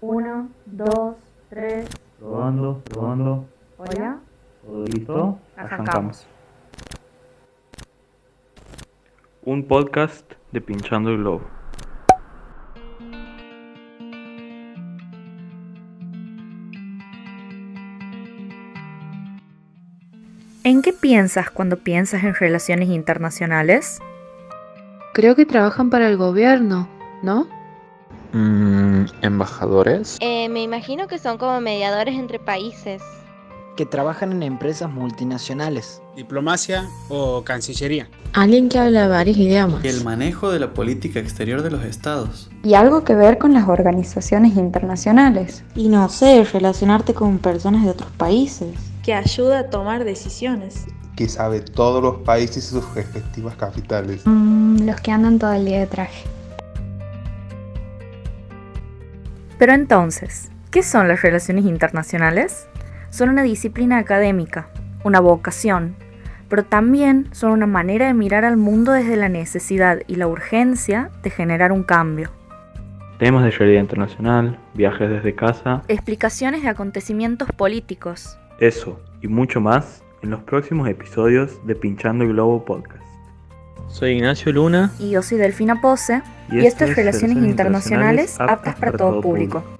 1, 2, 3, Probando, probando. hola. Todo listo. Arrancamos. Un podcast de Pinchando el Globo. ¿En qué piensas cuando piensas en relaciones internacionales? Creo que trabajan para el gobierno, ¿no? Mm, ¿Embajadores? Eh, me imagino que son como mediadores entre países. que trabajan en empresas multinacionales. diplomacia o cancillería. Alguien que habla varios idiomas. y el manejo de la política exterior de los estados. y algo que ver con las organizaciones internacionales. Y no sé, relacionarte con personas de otros países. que ayuda a tomar decisiones. que sabe todos los países y sus respectivas capitales. Mm, los que andan todo el día de traje. Pero entonces, ¿qué son las relaciones internacionales? Son una disciplina académica, una vocación, pero también son una manera de mirar al mundo desde la necesidad y la urgencia de generar un cambio. Temas de realidad internacional, viajes desde casa, Explicaciones de acontecimientos políticos. eso y mucho más en los próximos episodios de Pinchando el Globo Podcast. Soy Ignacio Luna. Y yo soy Delfina Pose y, esto es Relaciones Internacionales aptas para todo público.